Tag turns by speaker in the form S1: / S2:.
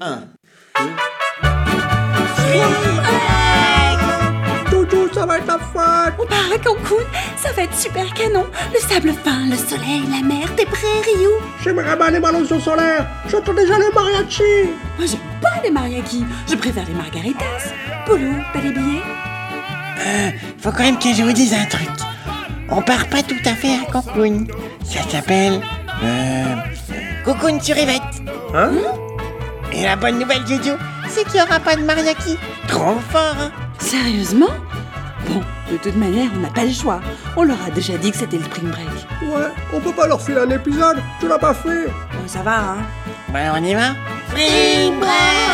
S1: 1, 2,
S2: Toutou, ça va être la fête Oh,
S3: On part à Cancun, ça va être super canon. Le sable fin, le soleil, la mer, des prairies. où
S2: J'aimerais bien les ballons solaires J'entends déjà les mariachis
S3: Moi, j'aime pas les mariachis, je préfère les margaritas. Polo, t'as les billets
S4: Faut quand même que je vous dise un truc. On part pas tout à fait à Cancun. Ça s'appelle. Euh. Cocoon sur Yvette. Hmm
S2: Hein
S4: Et la bonne nouvelle, Jojo, c'est qu'il y aura pas de mariaki. Trop fort, hein.
S3: Sérieusement Bon, de toute manière, on n'a pas le choix. On leur a déjà dit que c'était le spring break.
S2: Ouais, on peut pas leur filer un épisode Tu l'as pas fait
S4: Ben,
S3: Bon, ça va, hein
S4: Bah, on y va Spring Break